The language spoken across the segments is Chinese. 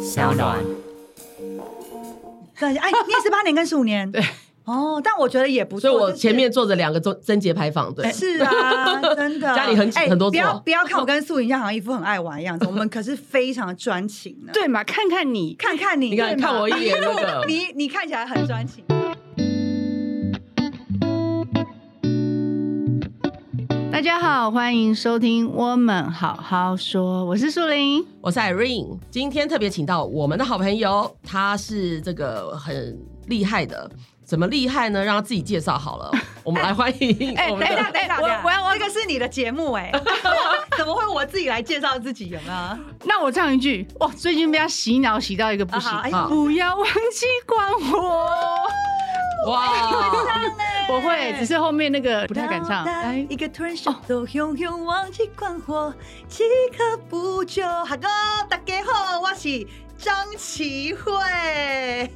小暖。可惜哎，你也是八年跟十五年， 对哦，但我觉得也不所错。以我就是前面坐着两个贞贞洁牌坊，对，是啊，真的， 家里很哎很多座不要不要 看我跟素云一样，好像一副很爱玩的样子，我们可是非常专情的。，对嘛？看看你，看看你，你看对嘛看我一眼那个 你你看起来很专情。大家好，欢迎收听《我们好好说》，我是树林。我是 Irene，今天特别请到我们的好朋友，他是这个很厉害的，怎么厉害呢？让他自己介绍好 了。我们来欢迎哎我等们一的下，等一下，我等一下我要我这个是你的节目 哎，怎么会我自己来介绍自己有没有？那我唱一句，哇，最近被他洗脑洗到一个不行，啊好哎好不要忘记关我。哇， 我会，只是后面那个不太敢唱。哎哦当来，一个突然手抖，永远忘记关火，即刻补救。哈哥，大家好，我是张琪慧，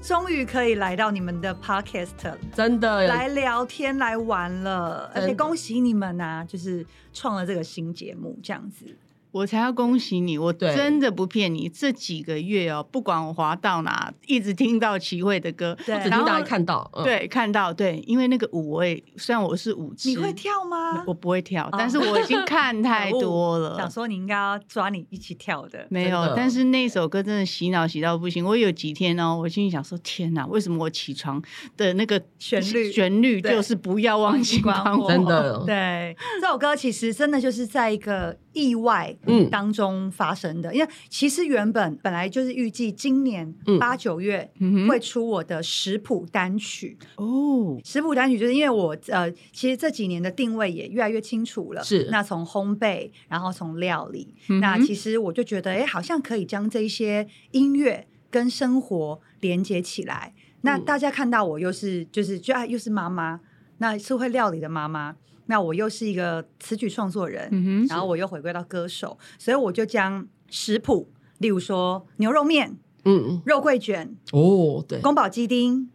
终于可以来到你们的 podcast 了。真的来聊天来玩了，真而的且嗯恭喜你们呐、就是创了这个新节目这样子。我才要恭喜你，我对真的不骗你，这几个月哦，不管我滑到哪，一直听到齐慧的歌，对只然听后大家看到，嗯，对，看到对，因为那个舞我也虽然我是舞痴，你会跳吗？我不会跳哦，但是我已经看 太多了想。说你应该要抓你一起跳的。没真有的，但是那首歌真的洗脑洗到不行。我有几天哦，我心里想说：天哪，为什么我起床的那个旋律旋律对就是不要忘记关关我？我真，的，哦对，这首歌其实真的就是在一个意外嗯当中发生的，因为其实原本本来就是预计今年嗯八九月嗯会哼，出我的食谱单曲。哦，食谱单曲就是因为我呃，其实这几年的定位也越来越清楚了。是那从烘焙，然后从料理，嗯哼那其实我就觉得，哎，好像可以将这一些音乐跟生活连接起来。那嗯大家看到我又是就是就啊，又是妈妈，那是会料理的妈妈，那我又是一个词曲创作人，嗯然后我又回归到歌手，所以我就将食谱，例如说牛肉面、嗯，肉桂卷、哦，对，宫保鸡丁，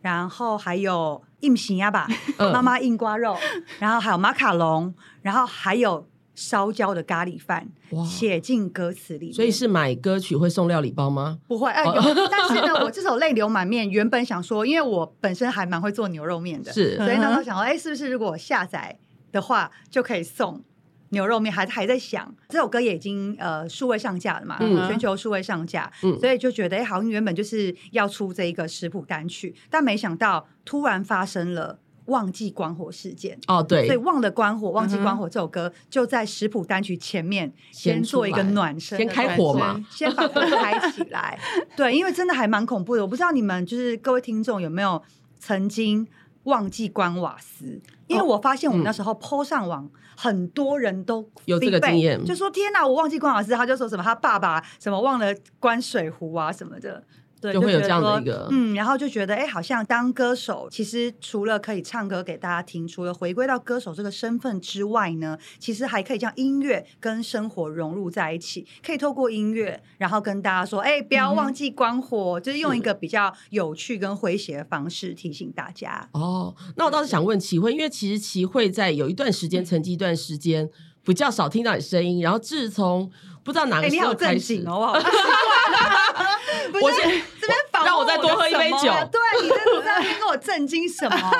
然后还有硬皮鸭吧，嗯妈妈硬瓜肉，然后还有马卡龙，然后还有烧焦的咖喱饭，嗯哇，写进歌词里面。哦所以是哦买歌曲会送料理包吗？不会，哎、有但是 呢，我这首泪流满面，原本想说，因为我本身还蛮会做牛肉面的，是所以那时候嗯想说，哎、是不是如果我下载的话就可以送牛肉面？还还在想，这首歌也已经呃数位上架了嘛，嗯全球数位上架，嗯所以就觉得哎、好像原本就是要出这一个食谱单曲，但没想到突然发生了忘记关火事件。哦，对所以，忘了关火，忘记关嗯哼火这首歌就在食谱单曲前面先先做一个出来暖身先的动作，开火嘛，先把灯开起 来。对，因为真的还蛮恐怖的。我不知道你们就是各位听众有没有曾经忘记关瓦斯？因为哦我发现我们那时候 PO 上网，很多人都嗯有这个 feedback，经验就说天哪，我忘记关瓦斯，他就说什么他爸爸什么忘了关水壶啊什么的。对，就会有觉得这样的说一个嗯，然后就觉得，哎，好像当歌手，其实除了可以唱歌给大家听，除了回归到歌手这个身份之外呢，其实还可以将音乐跟生活融入在一起，可以透过音乐，然后跟大家说，哎，不要嗯忘记关火，就是用一个比较有趣跟诙谐的方式提醒大家。哦，那我倒是想问齐慧，因为其实齐慧在有一段时间，曾经一段时间比较少听到你声音，然后自从不知道哪哎，个时你候好开正始，经哦， 我好奇 怪啊不是我先这边访问让我我再多喝一杯的什么啊酒对你这在那边跟我震惊什么？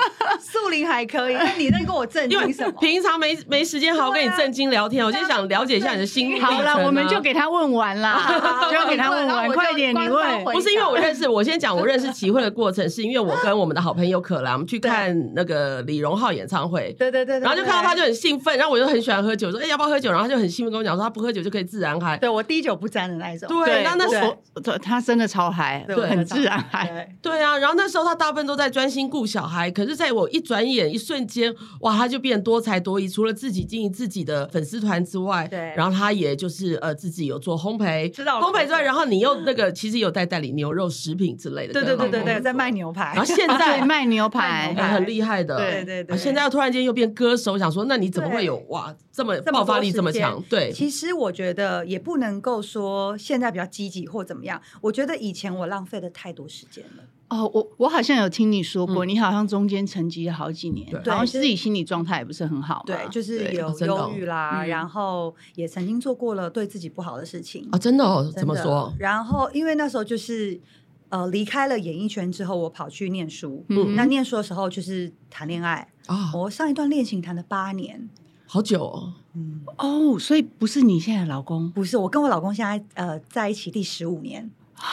树林还可以，那你在跟我震因为惊什么？啊平常没没时间好好跟你正经聊天，我就想了解一下你的心路历程啊 好了，我们就给他问完啦，就要给他问然后完，我就快点，你官方回问答。不是因为我认识，我先讲我认识齐慧的过程，是因为我跟我们的好朋友可兰，我们去看那个李荣浩演唱会，对对对对，然后就对看到他就很兴奋，然后我就很喜欢喝酒，说哎、要不要喝酒，然后他就很兴奋跟我讲说他不喝酒就可以自然嗨，对我滴酒不沾的那一种。对，那那时候我我他真的超嗨，对我很知道自然嗨。对，对啊，然后那时候他大部分都在专心顾小孩，可是在我一转眼一瞬间，哇，他就变多才多艺，除了自己经营自己的粉丝团之外，对然后他也就是呃自己有做烘焙，知道了烘焙之外，然后你又那个其实有在代理牛肉食品之类的，对对对对对，跟在妈妈工作。卖牛排然后。现啊在对卖牛卖排哎牛排，很厉害的，对对对啊现在又突然间又变歌手，我想说，那你怎么会有哇这么这么多爆发力这么时间强？对，其实我觉得也不能够说现在比较积极或怎么样，我觉得以前我浪费了太多时间了。哦，我我好像有听你说过，嗯你好像中间沉寂了好几年对，然后就是自己心理状态也不是很好嘛，对，就是对有哦真的忧哦郁啦，嗯然后也曾经做过了对自己不好的事情啊，真的哦，真怎么的说？然后因为那时候就是呃离开了演艺圈之后，我跑去念书。嗯那念书的时候就是谈恋爱，啊，我上一段恋情谈了八年。好久哦，嗯，哦，所以不是你现在的老公，不是，我跟我老公现在呃在一起第十五年，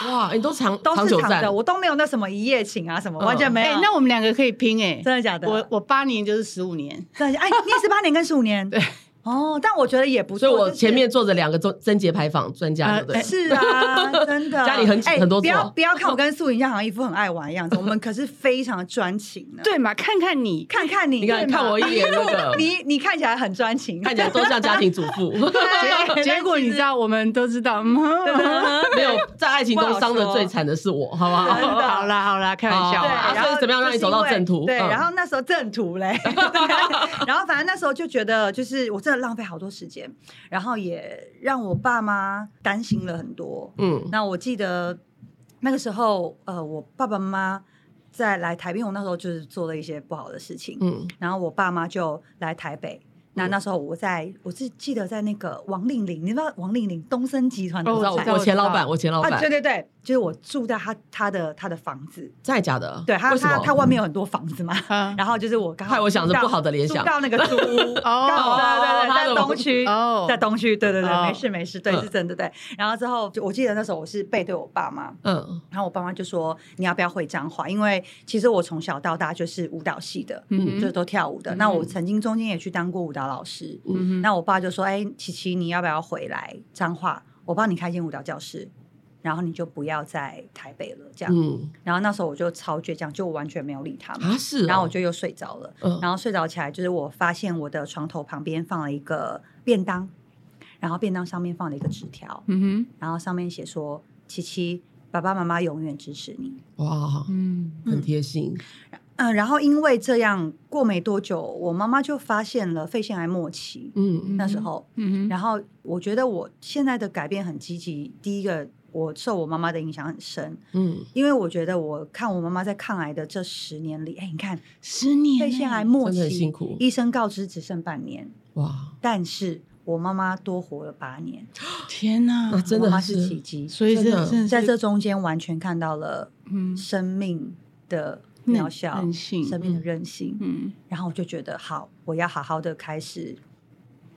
哇，你都长都长是久长战的，，我都没有那什么一夜情啊什么，嗯完全没哎、有。那我们两个可以拼哎、真的假的？我我八年就是十五年，真 的假哎，你也是八年跟十五年，对哦，但我觉得也不所错。以我就是前面坐着两个贞贞洁牌坊专家，呃对不对？是啊，真的， 家里很哎很多不要座不要看我跟素云一样，好像一副很爱玩的样子，我们可是非常专情的。，对嘛？看看 你，看看你，你看对嘛，看我一眼那个 你你看起来很专情，看起来 都像家庭主 妇，对结果你知。道，我们都知道，嗯，没有在爱情不中好伤的说最惨的是我，好不真的好？哦好啦好啦，开玩笑对，啊啦，然所后以怎么样让你走到正途就是因为嗯对，然后那时候正途 嘞，对然后反正那时候就觉得，就是我真的浪费好多时间，然后也让我爸妈担心了很多。嗯，那我记得那个时候，呃，我爸爸妈妈在来台北，因为我那时候就是做了一些不好的事情，嗯，然后我爸妈就来台北。那嗯那时候我在，我是记得在那个王令玲，你知道王令玲东森集团的哦我知道我我知道我前我知道老板，我前老啊，板对，对对，就是我住在他他的他的房子，真的假的？对他为什他么？他外面有很多房子嘛，嗯，然后就是我刚好害我想着住到不好的联想住到那个租屋，哦刚好对对他对，在的东区哦在东区，对对对，哦没事没事，对嗯是真的对。然后之后就我记得那时候我是背对我爸妈，嗯，然后我爸妈就说你要不要回彰化，因为其实我从小到大就是舞蹈系的，嗯就都跳舞的。那我嗯曾经中间也去当过舞蹈老师，嗯那我爸就说：“哎、琪琪，你要不要回来彰化？我帮你开一间舞蹈教室，然后你就不要在台北了。”这样。嗯然后那时候我就超倔强，就完全没有理他们。啊是哦，然后我就又睡着了。嗯然后睡着起来，就是我发现我的床头旁边放了一个便当，然后便当上面放了一个纸条，嗯然后上面写说：“琪琪，爸爸妈妈永远支持你。”哇哼，，嗯，很贴心，嗯，然后因为这样，过没多久，我妈妈就发现了肺腺癌末期。嗯那时候，嗯哼，然后我觉得我现在的改变很积极。第一个，我受我妈妈的影响很深，嗯，因为我觉得我看我妈妈在抗癌的这十年里，哎，你看十年肺腺欸癌末嗯真的很辛期，苦医生告知只剩半年，哇，但是我妈妈多活了八年，天哪那，真嗯我的妈是是奇迹。所以真真的的真的在是这中间完全看到了嗯生命的嗯渺任小、任性生命的韧性。嗯然后我就觉得好，我要好好的开始，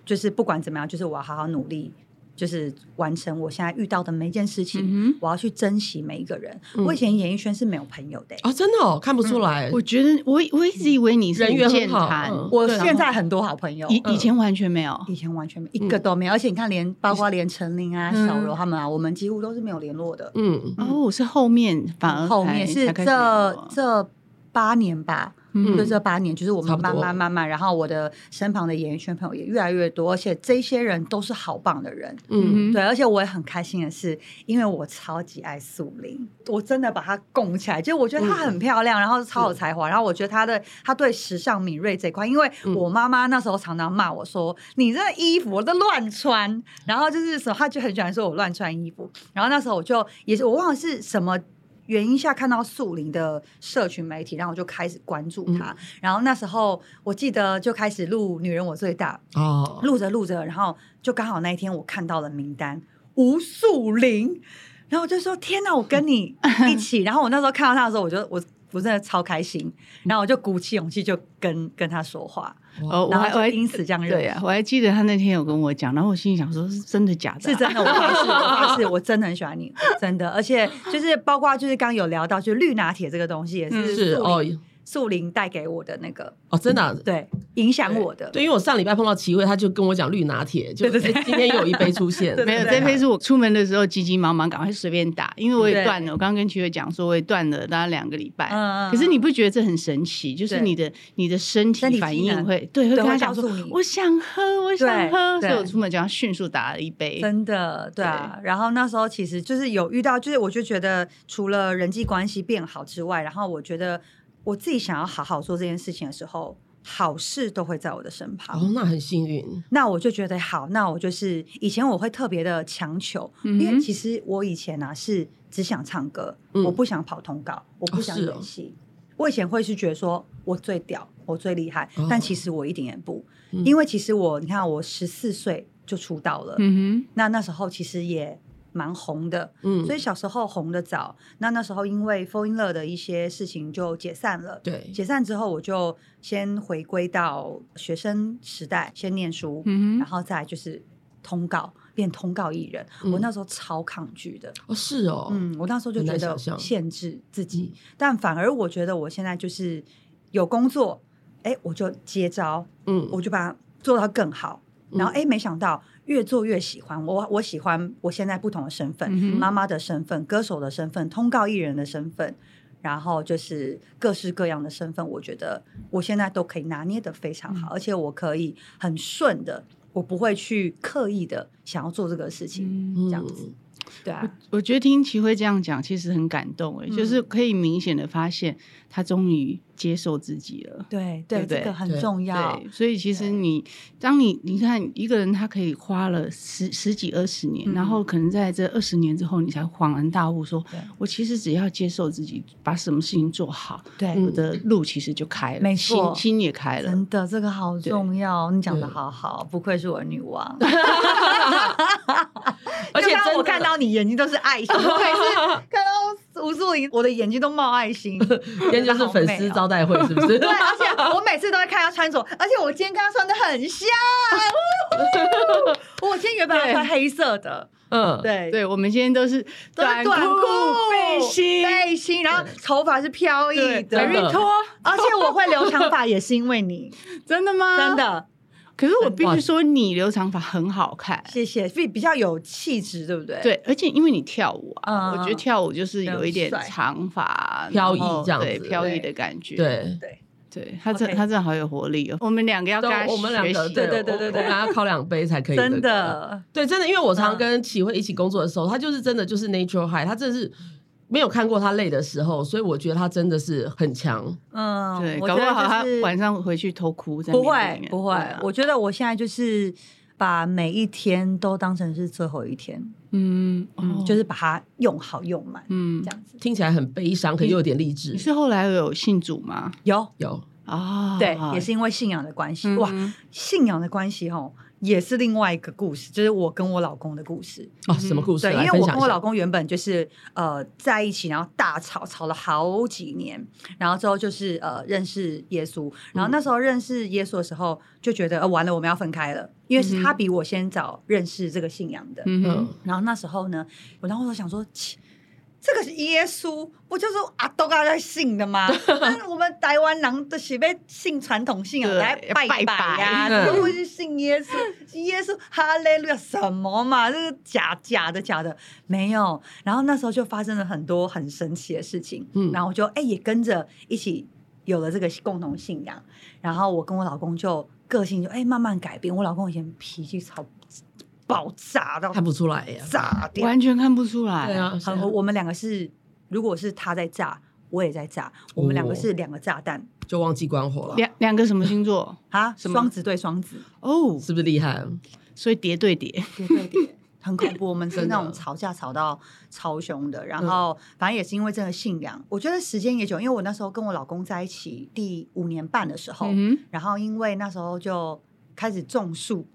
就是不管怎么样，就是我要好好努力，就是完成我现在遇到的每一件事情，嗯哼。我要去珍惜每一个人。嗯我以前演艺圈是没有朋友的、欸啊，真的哦，看嗯不出来，我觉得我我一直以为你是人缘很很健好谈，嗯我对现在很多好朋友，以嗯以前完全没有。以前完全没一个都没有，而且你看连包括连陈琳啊、嗯小柔他们啊，我们几乎都是没有联络的。嗯嗯哦，是后面反而后才面是才开始这有啊这八年吧，嗯就这八年，就是我差们不慢多慢慢慢，然后我的身旁的演艺圈朋友也越来越多，而且这些人都是好棒的人。嗯，对，啊而且我也很开心的是，因为我超级爱素玲，我真的把她供起来。就我觉嗯得她很漂亮，然后超有才华，然后我觉得她的她对时尚敏锐这一块，因为嗯我妈妈那时候常常骂我说：“你这衣服都乱穿。”然后就是什么，她就很喜欢说我乱穿衣服。然后那时候我就也是我忘了是什么。原因下看到素玲的社群媒体，然后我就开始关注她。嗯然后那时候我记得就开始录《女人我最大》，哦，录着录着，然后就刚好那一天我看到了名单吴素玲，然后我就说天哪，我跟你一起。然后我那时候看到他的时候，我就我我真的超开心，然后我就鼓起勇气就跟跟他说话，哦，我然还后我就还因此这样认对啊识。呀，我还记得他那天有跟我讲，然后我心里想说，是真的假的啊？是真的，我发誓，我发誓，我真的很喜欢你，真的。而且就是包括就是刚有聊到，就是绿拿铁这个东西也嗯是是素哦林素林带给我的那个，哦，真的啊。对，影响我的。对，因为我上礼拜碰到齐慧，他就跟我讲绿拿铁，就对对对哎今天又有一杯出现， 对对没有，对这杯是我出门的时候急急忙忙赶快随便打，因为我也对断了。我刚刚跟齐伟讲说，我也断了大概两个礼拜。嗯嗯嗯可是你不觉得这很神奇？就是对你的你的身身体体反机能应会对，会对跟他会讲告说诉你，我想喝，我想对喝，所以对我出门就要迅速打了一杯。真的，对啊。然后那时候其实就是有遇到，就是我就觉得除了人际关系变好之外，然后我觉得我自己想要好好做这件事情的时候，好事都会在我的身旁。哦，那很幸运，那我就觉得好，那我就是以前我会特别的强求，嗯哼因为其实我以前啊是只想唱歌，嗯我不想跑通告，我不想是哦演戏。我以前会是觉得说我最屌，我最厉害，哦但其实我一点也不，嗯因为其实我你看我十四岁就出道了，嗯那那时候其实也蛮红的，嗯，所以小时候红的早。那那时候因为 f o l l i n 乐的一些事情就解散了。对，解散之后，我就先回归到学生时代，先念书，嗯然后再就是通告，变通告艺人。嗯我那时候超抗拒的，哦是哦，嗯，我那时候就很觉难得想象限制自己，嗯但反而我觉得我现在就是有工作，哎，我就接招，嗯，我就把它做到更好。嗯然后哎，诶没想到越做越喜欢我，我喜欢我现在不同的身份，嗯哼妈妈的身份、歌手的身份、通告艺人的身份，然后就是各式各样的身份，我觉得我现在都可以拿捏的非常嗯好，而且我可以很顺的，我不会去刻意的想要做这个事情，嗯嗯这样子，对啊，我觉得听齐慧这样讲，其实很感动哎、嗯就是可以明显的发现，他终于接受自己了。对对对，不对这个很对重要，对，所以其实对你，当你你看一个人，他可以花了十十几二十年，嗯然后可能在这二十年之后，你才恍然大悟说，对我其实只要接受自己，把什么事情做好，对，嗯我的路其实就开了，没心错心也开了。真的这个好重要，你讲的对好好，不愧是我的女王。而且刚刚真我的看到你眼睛都是爱心，我每次看到吴素玲，我的眼睛都冒爱心。今天就是粉哦丝招待会，是不 是？对，而且我每次都会看她穿着，而且我今天跟她穿的很像。呜呼我今天原本要穿黑色的，嗯，对，对，我们今天都是都是短裤、背心，背心，然后头发是飘逸对，的，真的拖，而且我会留长发也是因为你，真的吗？真。的，可是我必须说，你留长发很好看。谢谢，比比较有气质，对不对？对，而且因为你跳舞嗯啊，我觉得跳舞就是有一点很帅长发飘逸然后这样子对飘逸的感觉。，对。对，对他真 OK 他真的好有活力哦。我们两个要跟他都我们两学个习，哦对对对对我们要靠两杯才可以。真，的，对，真的，因为我常嗯跟启慧一起工作的时候，他就是真的就是 natural high，他真的是没有看过他累的时候，所以我觉得他真的是很强。嗯，对，我搞觉不得好他就是晚上回去偷哭在不面对会面不会对啊，我觉得我现在就是把每一天都当成是最后一天，嗯嗯，就是把它用好用满，嗯这，样子。听起来很悲伤，可又有点励志你。是后来有信主吗？有有，啊，对，也是因为信仰的关系，嗯哇，信仰的关系吼。也是另外一个故事，就是我跟我老公的故事。哦，什么故事？嗯啊对，因来为分我享一跟我老下。公原本就是呃在一起，然后大吵，吵了好几年，然后之后就是呃认识耶稣，然嗯后那时候认识耶稣的时候就觉得、呃、完了，我们要分开了，因为是他嗯哼比我先早认识这个信仰的，嗯哼嗯，然后那时候呢，我当时想说，切这个是耶稣不就是阿都嘎在信的吗？那我们台湾人都是被信传统信仰对来要拜拜拜呀、拜怎么会去信耶稣？耶稣哈利路亚什么嘛？这个假假的假的没有。然后那时候就发生了很多很神奇的事情，嗯然后我就哎、也跟着一起有了这个共同信仰。然后我跟我老公就个性就哎、慢慢改变。我老公以前脾气超爆炸到看不出来呀。炸掉。完全看不出来。对啊，是很啊我们两个是，如果是他在炸，我也在炸，我们两个是两个炸弹就忘记关火了，两两个什么星座？啊，什么双子对双子，哦，是不是厉害？所以叠对叠，对对对。很恐怖，我们是真的那种吵架吵到超凶的，然后反正也是因为这个信仰，我觉得时间也久，因为我那时候跟我老公在一起第五年半的时候，嗯然后因为那时候就开始种树，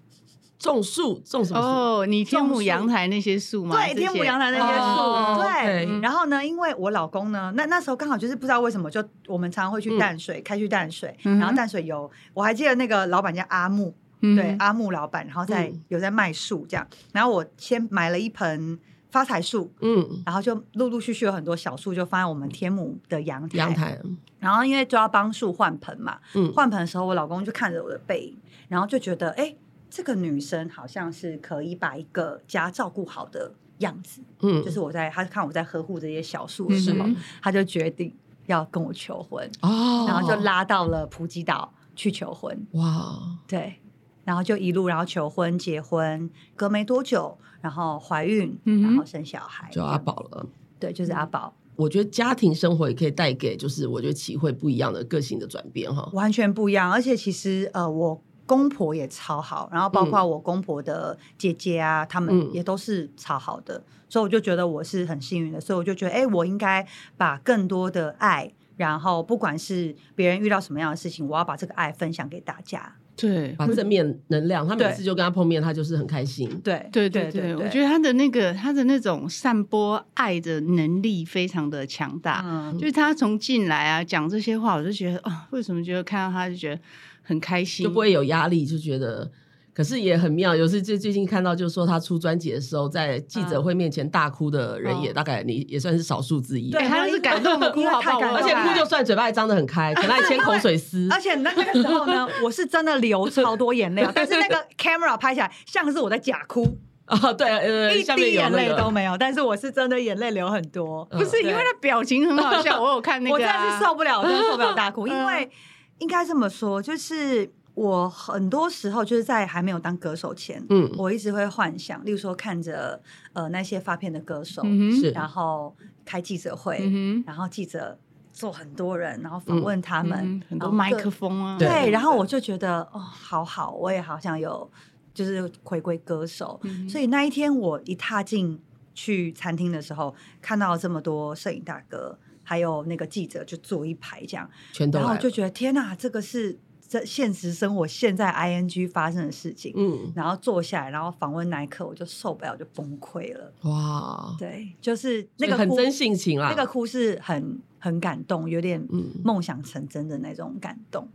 种树种什哼，么树？哦，你天母阳台那些树吗？对，之前天母阳台那些树，哦对。 OK 然后呢，因为我老公呢，那那时候刚好就是不知道为什么，就我们常常会去淡水，开去淡水，嗯哼然后淡水有，我还记得那个老板叫阿木，嗯对，阿木老板，然后在、嗯有在卖树这样。然后我先买了一盆发财树，嗯，然后就陆陆续续有很多小树就放在我们天母的阳台，阳。台，然后因为就要帮树换盆嘛，嗯，换盆的时候，我老公就看着我的背影，然后就觉得，哎、这个女生好像是可以把一个家照顾好的样子。嗯，就是我在他看我在呵护这些小树的嗯时候，是他就决定要跟我求婚，哦，然后就拉到了普吉岛去求婚，哇，对，然后就一路然后求婚结婚，隔没多久，然后怀孕，嗯哼嗯然后生小孩，就阿宝了。对，就是阿宝，我觉得家庭生活也可以带给，就是我觉得齐慧不一样的个性的转变哈。完全不一样。而且其实呃，我公婆也超好，然后包嗯括我公婆的姐姐啊，他嗯们也都是超好的，所以我就觉得我是很幸运的，所以我就觉得，哎、我应该把更多的爱。然后，不管是别人遇到什么样的事情，我要把这个爱分享给大家。对，嗯把正面能量，他每对次就跟他碰面，他就是很开心。对，对对对，我觉得他的那个他的那种散播爱的能力非常的强大，嗯，就是他从进来啊讲这些话，我就觉得啊、为什么觉得看到他就觉得很开心，就不会有压力，就觉得。可是也很妙，有时最最近看到，就是说他出专辑的时候，在记嗯者会面前大哭的人，也嗯大概你也算是少数之一。哦对哎他就是感动的哭 因为好不好太感动而了且哭就算嘴巴还张得很开，可能还牵口水丝。而且那那个时候 呢，我是真的流超多眼泪啊，但是那个 camera 拍起来像是我在假哭，啊，对，呃，一下滴面有眼那泪个都没有，但是我是真的眼泪流很多。嗯不是因为他表情很好笑，我有看那我个、真啊，嗯的是受不 了，真的受不了大哭，因为应该这么说，就是我很多时候就是在还没有当歌手前，嗯，我一直会幻想，例如说看着呃那些发片的歌手，嗯哼，是然后开记者会，嗯哼，然后记者做很多人，然后访问他他们，嗯然很多后麦各克风啊，对对，然后我就觉得哦，好好，我也好想有就是回归歌手，嗯哼所以那一天我一踏进去餐厅的时候，看到这么多摄影大哥，还有那个记者就坐一排这样，全都然后来我就了。觉得天哪，这个是这现实生活现在 ing 发生的事情。嗯，然后坐下来，然后访问那一刻，我就受不了，就崩溃了。哇，对，就是那个所以很哭真性情啦。那个哭是很很感动，有点嗯，梦想成真的那种感动。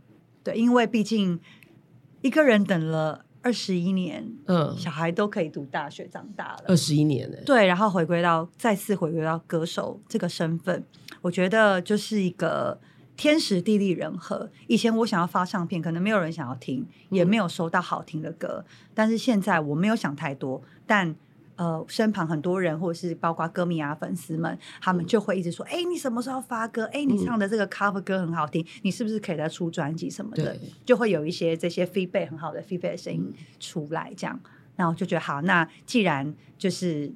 对，因为毕竟一个人等了二十一年，嗯，小孩都可以读大学长大了，二十一年呢，对，然后回归到再次回归到歌手这个身份，我觉得就是一个天时地利人和。以前我想要发唱片，可能没有人想要听，也没有收到好听的歌，但是现在我没有想太多，但。呃，身旁很多人，或者是包括歌迷啊、粉丝们，他们就会一直说：“哎、你什么时候发歌？哎、你唱的这个 cover 歌很好听，你是不是可以再出专辑什么的对？”就会有一些这些 feedback 很好的 feedback 的声音出来，这样。然后就觉得好，那既然就是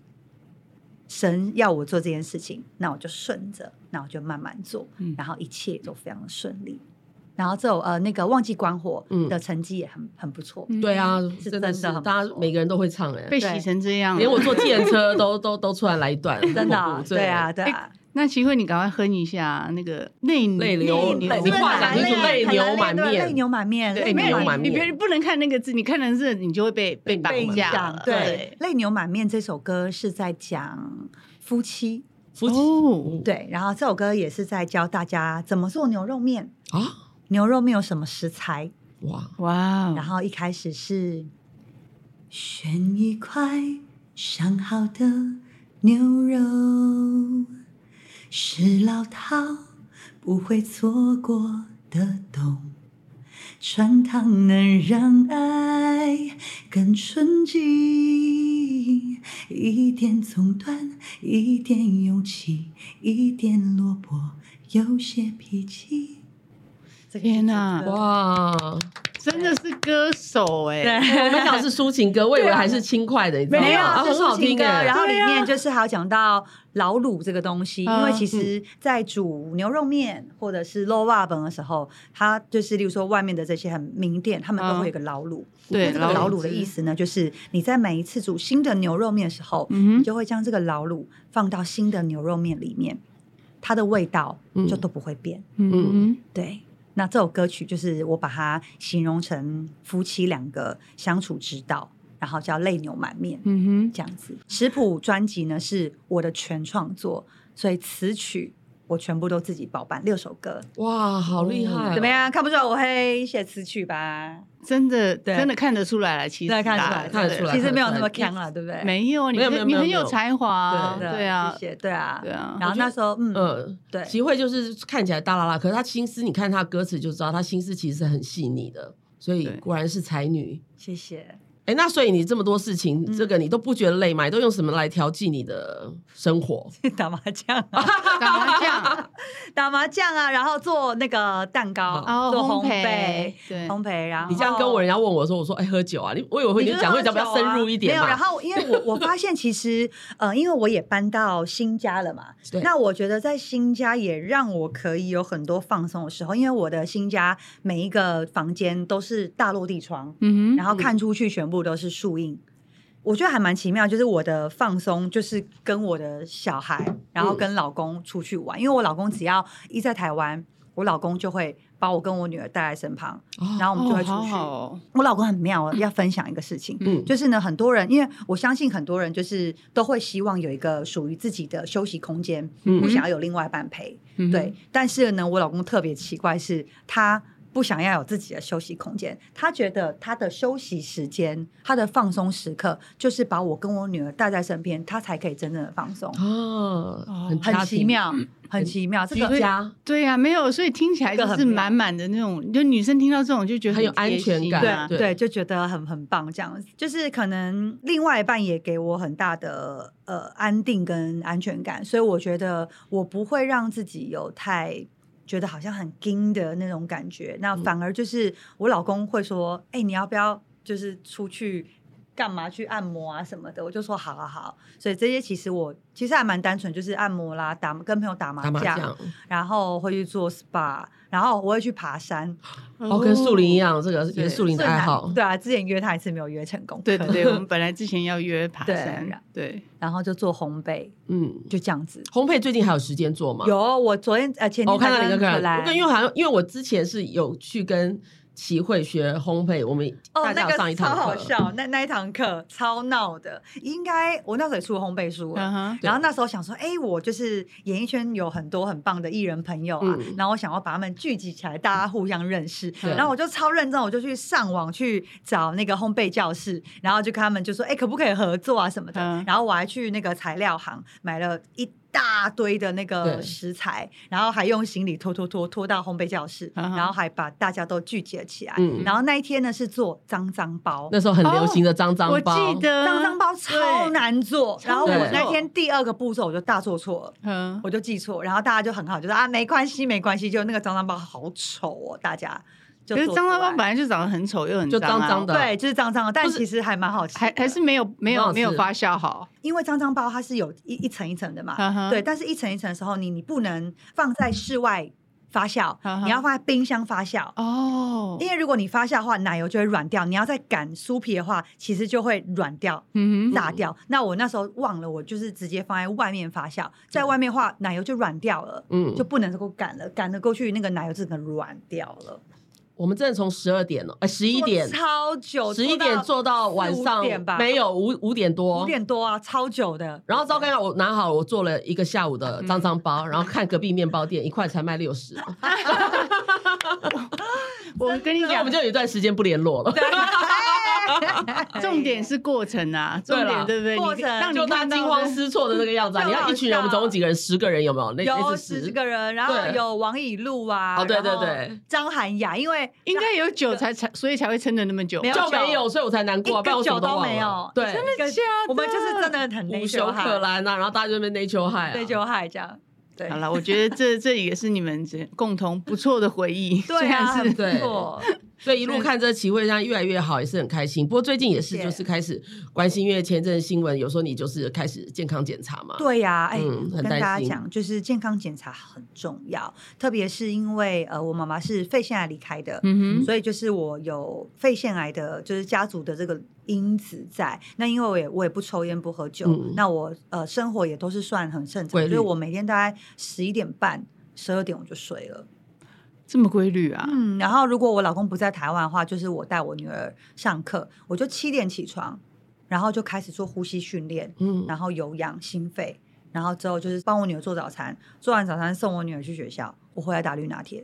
神要我做这件事情，那我就顺着，那我就慢慢做，嗯然后一切都非常的顺利。然后这首呃那个忘记关火嗯的成绩也很很不错，嗯对啊，是真的真是，的很不大家错每个人都会唱哎，被洗成这样了，连我坐计程车都都都突然来一段， 真很的 啊恐怖对啊，对啊，那齐慧，你赶快哼一下那个内泪哎流内泪流你画画下来下你就泪流满面泪流满面，对，泪没流有满你，你面别不能看那个字，你看了字你就会被被绑被影架响了。。对，《泪流满面》这首歌是在讲夫妻，夫妻哦，对，然后这首歌也是在教大家怎么做牛肉面，啊，牛肉面有什么食材，哇，哇哦，然后一开始是选一块上好的牛肉，是老饕不会错过的懂。穿堂能让爱更纯净，一点葱段，一点勇气，一点落魄，有些脾气。这个是天这哪个哇！真的是歌手哎、对我没想到是抒情歌，我以为对啊还是轻快的，你知道吗？没有，啊，这很是好抒情听歌。哎。然后里面就是还有讲到老卤这个东西，嗯因为其实在煮牛肉面或者是肉瓦本的时候，它就是例如说外面的这些很名店，他们都会有一个老卤。对那这个嗯老老卤卤的意思呢，就是你在每一次煮新的牛肉面的时候，嗯哼你就会将这个老卤放到新的牛肉面里面，它的味道嗯就都不会变。嗯，对，那这首歌曲就是我把它形容成夫妻两个相处之道，然后叫泪流满面。嗯哼，这样子。食谱专辑呢是我的全创作，所以词曲我全部都自己包办，六首歌。哇，好厉害哦！嗯怎么样？看不出来我会写词曲吧？真的对真的看得出来了，其实对，看得出来，大看得出来其实没有那么啊看强了，对不对？没有，你没有没有没你有很没有有才华啊，真的，对啊，谢谢，对啊，对啊然后那时候，嗯，嗯，对齐慧就是看起来大啦啦，可是她心思，你看她歌词就知道，她心思其实很细腻的，所以对果然是才女。谢谢。 哎，那所以你这么多事情，嗯这个你都不觉得累吗？你都用什么来调剂你的生活？打麻将、 啊，打麻将，打麻将啊，然后做那个蛋糕，然后 做哦烘焙焙，，对，烘焙，然后哦你这样跟我，人家问我说，我说哎，喝酒啊？你我以为会你你就是讲喝会讲比较酒啊深入一点没有，然嘛。后因为我我发现其实呃，因为我也搬到新家了嘛，对那我觉得在新家也让我可以有很多放松的时候，因为我的新家每一个房间都是大落地窗，嗯然后看出去全部都是树荫。我觉得还蛮奇妙，就是我的放松就是跟我的小孩，然嗯后跟老公出去玩，因为我老公只要一在台湾，我老公就会把我跟我女儿带在身旁，哦然后我们就会哦出好去。好哦我老公很妙，要分享一个事情，嗯，就是呢，很多人，因为我相信很多人就是都会希望有一个属于自己的休息空间，嗯不想要有另外一半陪。嗯哼对，但是呢，我老公特别奇怪是，他不想要有自己的休息空间，他觉得他的休息时间、他的放松时刻，就是把我跟我女儿带在身边，他才可以真正的放啊松。哦，很家奇庭，嗯妙，很奇妙，这居个家对呀、没有，所以听起来这个就很是妙满满的那种，就女生听到这种就觉得很有安贴全心感啊对对，就觉得很很棒，这样子就是可能另外一半也给我很大的呃安定跟安全感，所以我觉得我不会让自己有太觉得好像很惊的那种感觉，那反而就是我老公会说，哎、你要不要就是出去？干嘛去按摩啊什么的，我就说好啊好，所以这些其实我其实还蛮单纯，就是按摩啦，打跟朋友打麻打麻将，将，然后会去做 SPA，然后我会去爬山，哦，跟树林一。哦样，这个也是树林的最爱难好。对啊，之前约他一次没有约成功，哦对对对，我们本来之前要约爬对山，对，然后就做烘焙，嗯，就这样子。烘焙最近还有时间做吗？有，我昨天呃前哦，我天看到才你跟跟客人，我可兰跟因为好像因为我之前是有去跟齐慧学烘焙，我们哦大家那有上一个堂超好课笑，那那一堂课超闹的，应该我那时候也出烘焙书了。嗯哼，然后那时候想说，哎，我就是演艺圈有很多很棒的艺人朋友啊，嗯然后我想要把他们聚集起来，大家互相认识。对然后我就超认真，我就去上网去找那个烘焙教室，然后就跟他们就说，哎，可不可以合作啊什么的。嗯然后我还去那个材料行买了一大堆的那个对食材，然后还用行李拖拖拖拖到烘焙教室，嗯哼然后还把大家都聚集了起来。嗯然后那一天呢是做脏脏包，那时候很流行哦的脏我脏包，记得脏脏包超，难做。超然后我难那做天第二个步骤我就大做错了。对嗯，我就记错，然后大家就很好，就说啊没关系没关系，就那个脏脏包好丑哦，大家就可是做张出大包来本来就长得很丑又很就脏脏啊脏，的，对，就是脏脏的，但其实还蛮好吃的，还还是没有没蛮好有吃没有发酵好，因为脏脏包它是有一一层一层的嘛，嗯哼对，但是一层一层的时候，你你不能放在室外发酵，嗯哼你要放在冰箱发酵。哦因为如果你发酵的话，奶油就会软掉；你要再擀酥皮的话，其实就会软掉、嗯哼，炸掉。那我那时候忘了，我就是直接放在外面发酵，在外面的话，奶油就软掉了，嗯，就就不能够擀了。擀了过去，那个奶油整个软掉了。我们真的从十二点哦，哎，十一做点，超久，十一点做到晚上四五点吧没有五五点多五。点多啊，超久的。 然后赵刚我拿好，我做了一个下午的嗯脏脏包，然后看隔壁面包店一块才卖六十，哦 我跟你那我讲们，就有一段时间不联络了。重点是过程啊，对重啦点对不对？过你程让 就你他看到惊慌失措的那个样子、 啊。就你看一群人，我好笑们总共几个人？十个人有没有？那有那十是几哎十个人，然后对有王以路啊，哦对对然后对张涵雅，因为应该有酒才才，所以才会撑得那么久没。有就没有，所以我才难过、啊，一不然个我什酒么都忘了没有，对，真的假我们就是真的很无 nature 休可 high，拦呐、啊，然后大家就在那边 nature high 啊、对，就嗨这样，对好，了，我觉得这这也是你们这共同不错的 回忆，虽对然啊，是很不对错，所以一路看这齐慧山越来越好，也是很开心。不过最近也是，谢谢就是开始关心，因为前阵新闻有时候你就是开始健康检查嘛，对呀、哎、嗯我很跟担大家心讲，就是健康检查很重要，特别是因为呃，我妈妈是肺腺癌离开的，嗯哼，所以就是我有肺腺癌的，就是家族的这个因子在。那因为我也我也不抽烟不喝酒，嗯那我呃生活也都是算很正常，规所律以我每天大概十一点半。十二点我就睡了，这么规律啊，嗯，然后如果我老公不在台湾的话，就是我带我女儿上课，我就七点起床，然后就开始做呼吸训练，嗯，然后有氧心肺，然后之后就是帮我女儿做早餐，做完早餐送我女儿去学校，我回来打绿拿铁，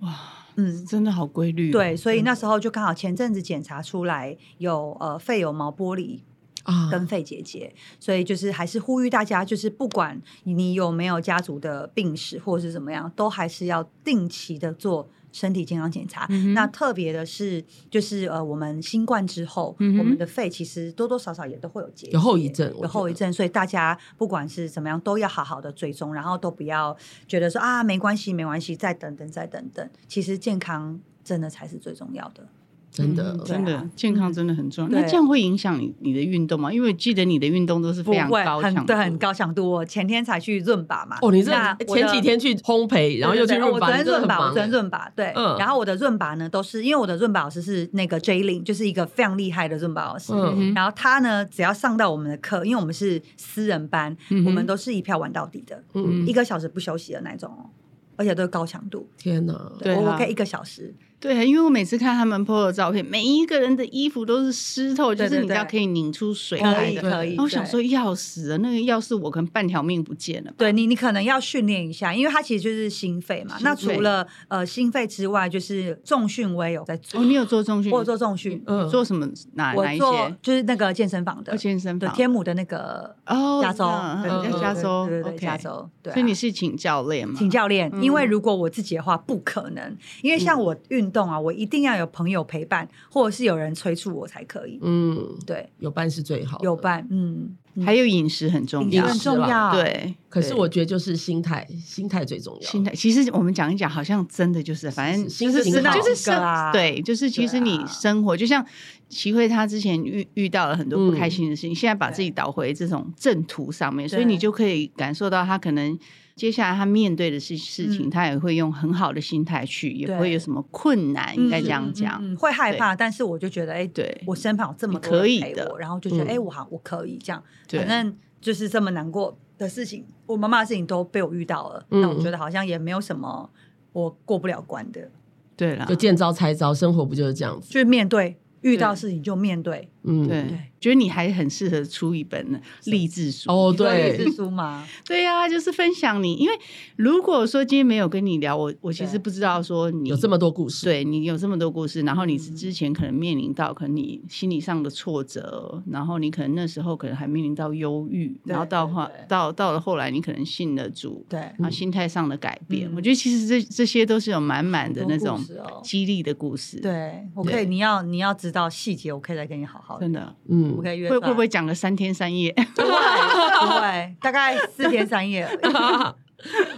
哇，嗯，真的好规律哦。对，所以那时候就刚好前阵子检查出来有呃肺有毛玻璃啊，跟肺结节，所以就是还是呼吁大家，就是不管你有没有家族的病史或者是怎么样，都还是要定期的做身体健康检查。嗯哼那特别的是，就是呃，我们新冠之后，嗯哼我们的肺其实多多少少也都会有结节有后遗症我有觉后遗得症，所以大家不管是怎么样，都要好好的追踪，然后都不要觉得说啊没关系，没关系，再等等，再等等。其实健康真的才是最重要的。真的嗯对真的啊健康真的很重要。对那这样会影响你你的运动吗？因为我记得你的运动都是不非常会高强很度，对很高强度。我前天才去润把嘛。哦，你这那我的前几天去烘焙，然后又去对对润吧，对我昨你天真的润很吧，我忙昨天欸。润吧，对。嗯然后我的润吧呢，都是因为我的润吧老师是那个 J Lin，就是一个非常厉害的润吧老师。嗯嗯然后他呢，只要上到我们的课，因为我们是私人班，嗯哼我们都是一票玩到底的，嗯，一个小时不休息的那种哦，而且都是高强度。天哪！对我啊我可以一个小时，对，啊因为我每次看他们 PO 的照片，每一个人的衣服都是湿透，就对是你知道对对可以拧出水可来以的。可以。然后我想对说，要死了，那个要是我可能半条命不见了吧。对你，你可能要训练一下，因为它其实就是心肺嘛。心那肺除了呃心肺之外，就是重训我也有在做，哦，你有做重训？我有做重训，嗯，做什么？哪哪我一做些？就是那个健身房的哦，健身对房。天母的那个哦，加州，那对嗯对在对加对州，对对对哦 OK 加。州，对啊。所以你是请教练吗？请教练，因为嗯如果我自己的话不可能，因为像我运动啊，我一定要有朋友陪伴，或者是有人催促我才可以。嗯，对，有伴是最好的。有伴，嗯，嗯还有饮食很重要饮食，很重饮食要，啦，对。可是对我觉得就是心态，心态最重要。心态，其实我们讲一讲，好像真的就是，反正是就是心情好就是一生个啊对，就是其实你生活，就像齐慧她之前遇遇到了很多不开心的事情，现在把自己导回这种正途上面，所以嗯对你就可以感受到她可能接下来她面对的事事情，嗯她也会用很好的心态去，也对不会有什么困难，应该这样讲。嗯嗯嗯嗯会害对怕，但是我就觉得，哎，对我身旁有这么多你可以人陪的我，然后就觉得，嗯哎，我好，我可以这样，对反正就是这么难过的事情，我妈妈的事情都被我遇到了，嗯那我觉得好像也没有什么我过不了关的，对啦就，见招拆招，生活不就是这样子？就是面对遇到事情就面对。嗯，对，觉得你还很适合出一本励志书哦，你说对励志，书吗？对呀、就是分享你，因为如果说今天没有跟你聊，我我其对实不知道说你有这么多故事。对你有这么多故事，然后你嗯之前可能面临到可能你心理上的挫折，然后你可能那时候可能还面临到忧郁，对然后到对后对到到了后来你可能信了主，对，然后心态上的改变，嗯我觉得其实这这些都是有满满的很多那种故事哦激励的故事，，对我可以，对你要你要知道细节，我可以再跟你好好真的嗯我，可以约会出来会不会讲个三天三夜？ 不会不会，大概四天三夜而已。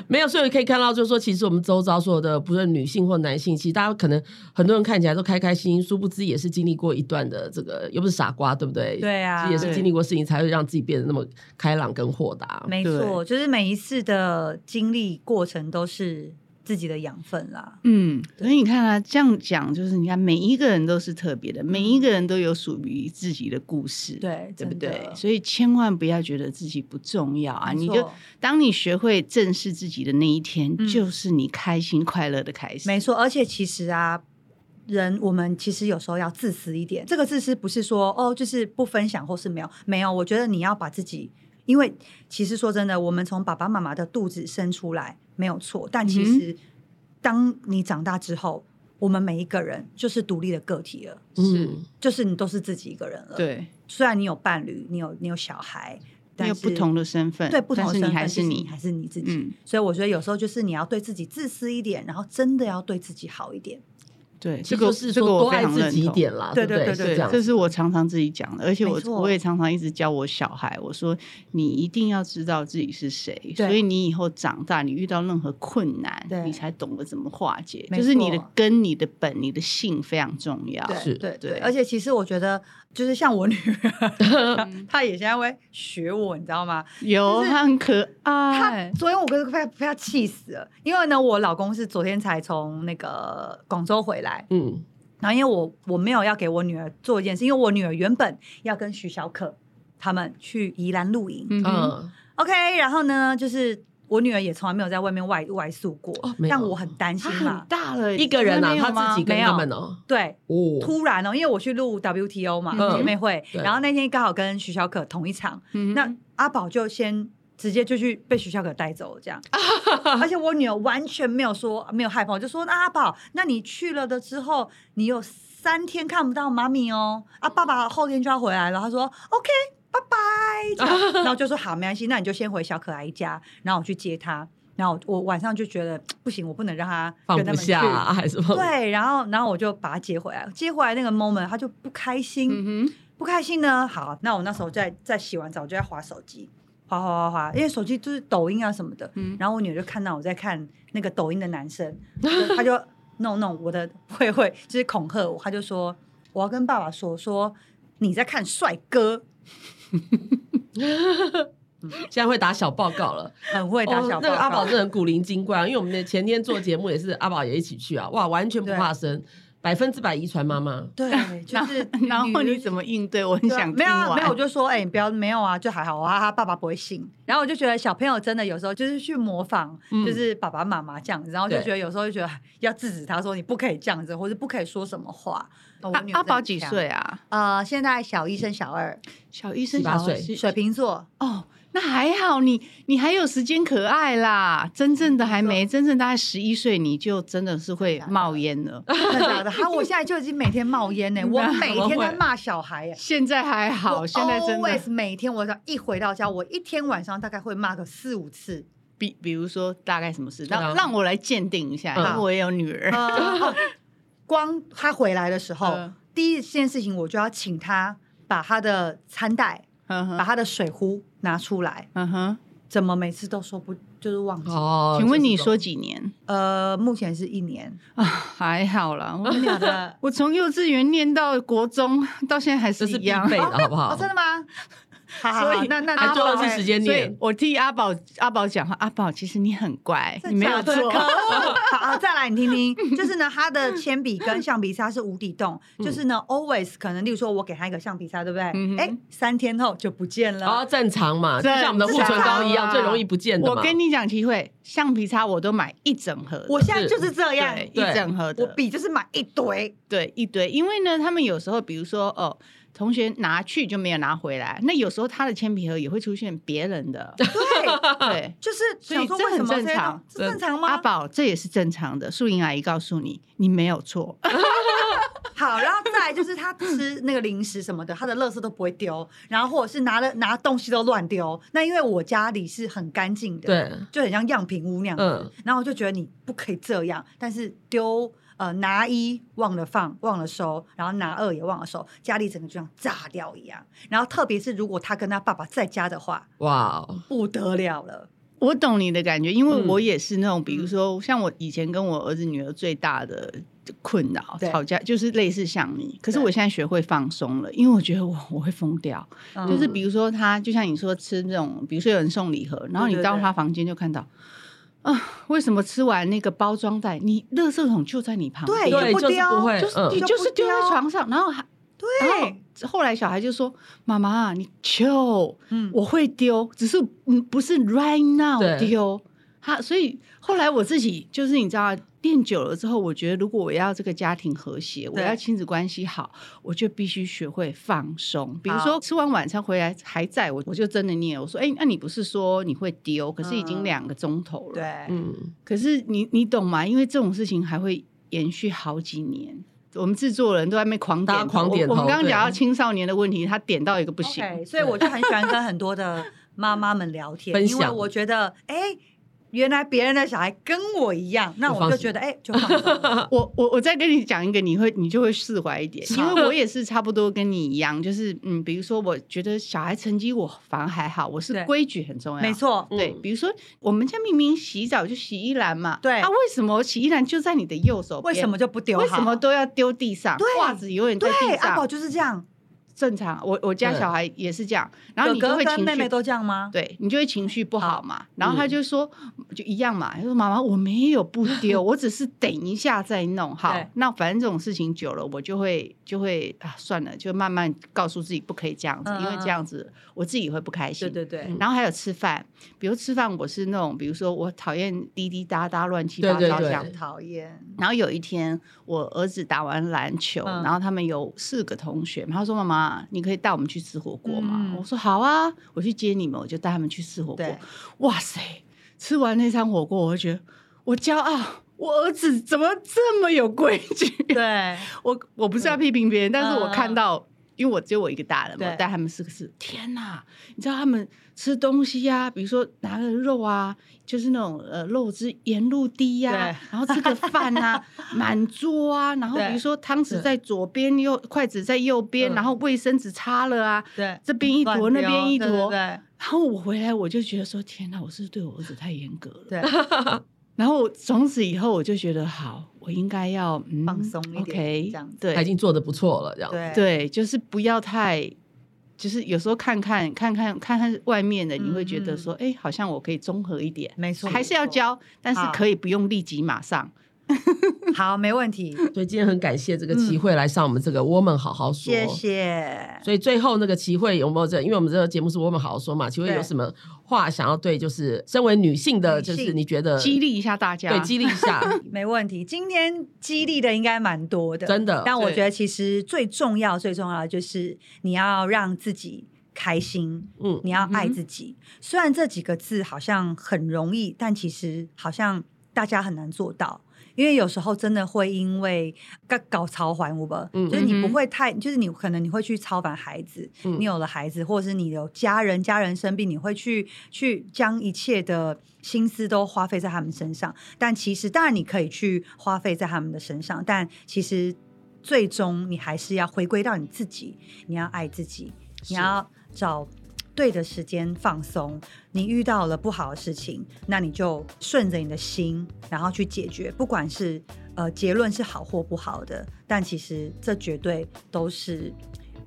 没有，所以可以看到，就是说，其实我们周遭所有的，不论女性或男性，其实大家可能很多人看起来都开开心心，殊不知也是经历过一段的这个，又不是傻瓜，对不对？对啊也是经历过事情，才会让自己变得那么开朗跟豁达。没错，就是每一次的经历过程都是自己的养分啦。嗯，所以你看啊，这样讲就是你看每一个人都是特别的，每一个人都有属于自己的故事，嗯对，对不真的对？所以千万不要觉得自己不重要啊！没你错就当你学会正视自己的那一天，嗯就是你开心快乐的开始。没错，而且其实啊。人，我们其实有时候要自私一点。这个自私不是说哦，就是不分享或是没有没有。我觉得你要把自己，因为其实说真的，我们从爸爸妈妈的肚子生出来没有错，但嗯其实、当你长大之后，我们每一个人就是独立的个体了，嗯，就是你都是自己一个人了。，对，虽然你有伴侣，你有你有小孩，你但有是不同的身份，对不同的但身是份，你还其是实你还。是你自己。嗯，所以我觉得有时候就是你要对自己自私一点，然后真的要对自己好一点。对，其这实个就是这说个多我非爱常自认己一同。点啦，对不对对是对这样这子。是我常常自己讲的，而且没我错我也常常一直教我小孩，我说你一定要知道自己是谁，对所以你以后长大，你遇到任何困难对，你才懂得怎么化解，没就是你的错根、你的本、你的性非常重要。是对对啊对而且其实我觉得，就是像我女儿， 她也现在会学我，你知道吗？有，就是他很可她爱。昨天我跟快被她气死了，因为呢，我老公是昨天才从那个广州回来，嗯，然后因为我我没有要给我女儿做一件事，因为我女儿原本要跟徐小可他们去宜兰露营、嗯哼，嗯， OK，然后呢，就是我女儿也从来没有在外面外外宿过，哦没有但我很担他心很嘛。大了，一个人从啊，来嗯没有他吗自己跟没有他们哦，对，哦，突然哦，因为我去录 WTO 嘛嗯姐妹会，对然后那天刚好跟徐小可同一场，嗯那阿宝就先直接就去被徐小可带走了 这样，而且我女儿完全没有说没有害怕，我就说那阿宝，那你去了的之后，你有三天看不到妈咪哦，啊爸爸后天就要回来了，他说 OK。拜拜，这样然后就说好，没关系，那你就先回小可爱家，然后我去接她，然后我我晚上就觉得不行，我不能让他放跟他不们去。下啊、还 是放不对，然后然后我就把他接回来，接回来那个 moment 他就不开心，嗯哼，不开心呢，好，那我那时候在在洗完澡就在划手机，划划划划，因为手机就是抖音啊什么的，嗯然后我女儿就看到我在看那个抖音的男 生，就她就弄弄我的 慧慧，就是恐吓我，她就说我要跟爸爸说说你在看帅哥，现在会打小报告了。很会打小哦报告、那个阿宝真的很古灵精怪、啊，因为我们前天做节目也是阿宝也一起去啊，哇，完全不对怕生，百分之百遗传妈妈。 对，就是然后你怎么？么应对？我很对啊想没听有啊完。没有，我就说哎、你不要没有啊，就还好啊，他爸爸不会信。然后我就觉得小朋友真的有时候就是去模仿，嗯就是爸爸妈妈这样子，然后就对觉得有时候就觉得要制止他说你不可以这样子，或者不可以说什么话。哦阿阿宝几？岁我女儿真的这啊？样呃，现在小一升小二，小医生18小岁是水瓶 座。哦，那还好你，你还有时间可爱啦。真正的还嗯没，真正大概十一岁，你就真的是会冒烟 了。真的假的？他我现在就已经每天冒烟呢、我 那每怎么天在会骂小孩耶、现在还好，我现在真 always 的每天我只要一回到家，我一天晚上大概会骂个四五次。比比如说大概什么事，对啊让让我来鉴定一下，嗯因为我也有女 儿。呃，哦光他回来的时候，嗯第一件事情我就要请他把他的餐袋、嗯把哼，他的水壶拿出来。嗯哼，怎么每次都说不，就是忘记？哦，请问你就是这种说几年呃，目前是一年。啊？还好啦，我真的假的？ 我从幼稚园念到国中， 到现在还这是是一必样备。的，好不好？哦，真的吗？好好所好以那那还那做我了会去时间所念以，我替阿宝阿宝讲话，阿宝其实你很乖，真你没有假的错可。恶 好，好再来你听听，就是呢，他的铅笔跟橡皮擦是无底洞，就是呢，always 可能，例如说我给他一个橡皮擦，对不对嗯哼？哎，三天后就不见哦，了。正常嘛，就正像我们的护唇膏一常样，啊最容易不见的嘛。我跟你讲，齐慧，橡皮擦我都买一整盒的，我现在就是这样，对一对整盒的，我笔就是买一 堆，对一堆，因为呢，他们有时候比如说哦，同学拿去就没有拿回来，那有时候他的铅笔盒也会出现别人的，对， 对。就是所以想说这为什很么这正些常东这正常吗？阿宝，这也是正常的。素莹阿姨告诉你，你没有错。 好，然后再来就是他吃那个零食什么的，他的垃圾都不会丢，然后或者是拿了拿东西都乱丢。那因为我家里是很干净的，对，就很像样品屋那样子。嗯然后我就觉得你不可以这样，但是丢呃拿一忘了放，忘了收，然后拿二也忘了收，家里整个就像炸掉一样。然后特别是如果他跟他爸爸在家的话，哇哦，不得了了。我懂你的感觉，因为嗯我也是那种，比如说像我以前跟我儿子女儿最大的困扰对吵架，就是类似像你。可是对我现在学会放松了，因为我觉得我我会疯掉。嗯就是比如说他，就像你说吃那种，比如说有人送礼盒，然后你对对到对他房间就看到。啊，为什么吃完那个包装袋，你垃圾桶就在你旁边？对对，哎也不就是丢不会，就是、嗯你就是丢在就不丢床上，然后还然对，后后来小孩就说：“妈妈，你就嗯我会丢，只是嗯不是 right now 对丢。”他所以后来我自己就是你知道练久了之后，我觉得如果我要这个家庭和谐，我对要亲子关系好，我就必须学会放松。比如好说吃完晚餐回来还在我，我就真的念我说：“哎、那你不是说你会丢？可是已经嗯两个钟头了。对，嗯，可是你你懂吗？因为这种事情还会延续好几年。我们制作人都在那边狂点大家狂点头我我们刚刚对讲到青少年的问题，他点到一个不行。 OK，所以我就很喜欢跟很多的妈妈们聊天，分因为享我觉得哎。原来别人的小孩跟我一样，那就我放就心觉得哎、就放 松了我我我再跟你讲一个，你会你就会释怀一点，因为我也是差不多跟你一样，就是嗯，比如说我觉得小孩成绩我反而还好，我是对规矩很重要，没。错，嗯嗯对，比如说我们家明明洗澡就洗衣篮嘛，对啊，为什么洗衣篮就在你的右啊手边？为什么就不丢好？为什么都要丢地上？对袜子永远在对地阿宝上，就是这样，正常。我我家对小孩也是这样，然后你就哥会哥情跟绪妹妹都这样吗？对你就会情绪不好嗯嘛。然后他就说，就一样嘛，他说妈妈我没有不丢，我只是等一下再弄。好对，那反正这种事情久了，我就会就会啊算了，就慢慢告诉自己不可以这样子，嗯因为嗯这样子我自己会不开心。对对对嗯，然后还有吃饭，比如吃饭，我是那种，比如说我讨厌滴滴答答、乱七八对糟对这样很讨厌。然后有一天，我儿子打完篮球，嗯然后他们有四个同学，他说：“妈妈，你可以带我们去吃火锅吗？”嗯我说：“好啊，我去接你们，我就带他们去吃火锅对。”哇塞，吃完那餐火锅，我就觉得我骄傲，我儿子怎么这么有规矩？啊对，我我不是要批评别人，但是我看到。因为我只有我一个大人嘛，嗯对我带他们四个是，天哪！你知道他们吃东西呀、比如说拿个肉啊，就是那种呃肉汁沿路滴呀、对然后这个饭 啊满桌啊，然后对比如说汤匙对在左边，右筷子在右边，嗯然后卫生纸擦了啊，对，这边 一坨乱那丢边一对坨，对对然后我回来我就觉得说，天哪，我是不是对我儿子太严格了？ 对，然后我从此以后我就觉得好，我应该要、嗯、放松一点 OK，这样子他已对经做的不错了，这样。对对，就是不要太，就是有时候看看看看看看外面的，你会觉嗯得说，哎、好像我可以综合一点，没错，还是要没错。教，但是好可以不用立即马上。好，没问题，所以今天很感谢这嗯个齐慧来上我们这个 Woman 好好说。谢谢。所以最后那个齐慧有没有这？因为我们这个节目是 Woman 好好说嘛，齐慧对有什么话想要对就是身为女性的，女性就是你觉得激励一下大家，对激励一 下，没问题，今天激励的应该蛮多的，真的但我对觉得其实最重要、最重要的就是你要让自己开心，嗯，你要爱嗯哼自己。虽然这几个字好像很容易，但其实好像大家很难做到。因为有时候真的会因为搞搞操烦我吧，嗯就是你嗯不哼会太，就是你可能你会去操烦孩子，嗯你有了孩子，或者是你有家人，家人生病，你会去去将一切的心思都花费在他们身上。但其实，当然你可以去花费在他们的身上，但其实最终你还是要回归到你自己，你要爱自己，是你要找对的时间放松。你遇到了不好的事情，那你就顺着你的心，然后去解决，不管是呃结论是好或不好的，但其实这绝对都是。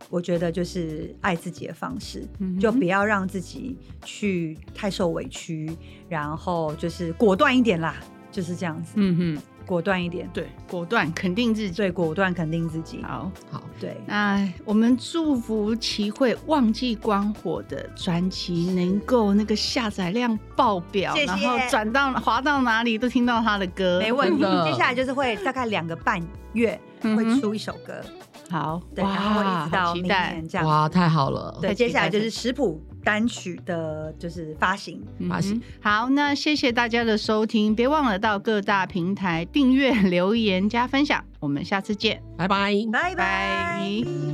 我觉得就是爱自己的方式，嗯哼就不要让自己去太受委屈，然后就是果断一点啦，就是这样子，嗯哼，果断一点，对，果断肯定自己。对，果断肯定自己，好，好，对，那我们祝福齐慧《忘记关火》的专辑能够那个下载量爆表，谢谢然后转到滑到哪里都听到她的歌。没问真题。的接下来就是会大概两个半月嗯会哼出一首歌，好，对，然后一直到好期明待。年这样。哇，太好了，对，太接期下来待就是食谱单曲的，就是发行。发现嗯哼好，那谢谢大家的收听，别忘了到各大平 台订阅、留言、加分享，我们下次见，拜拜。拜拜。拜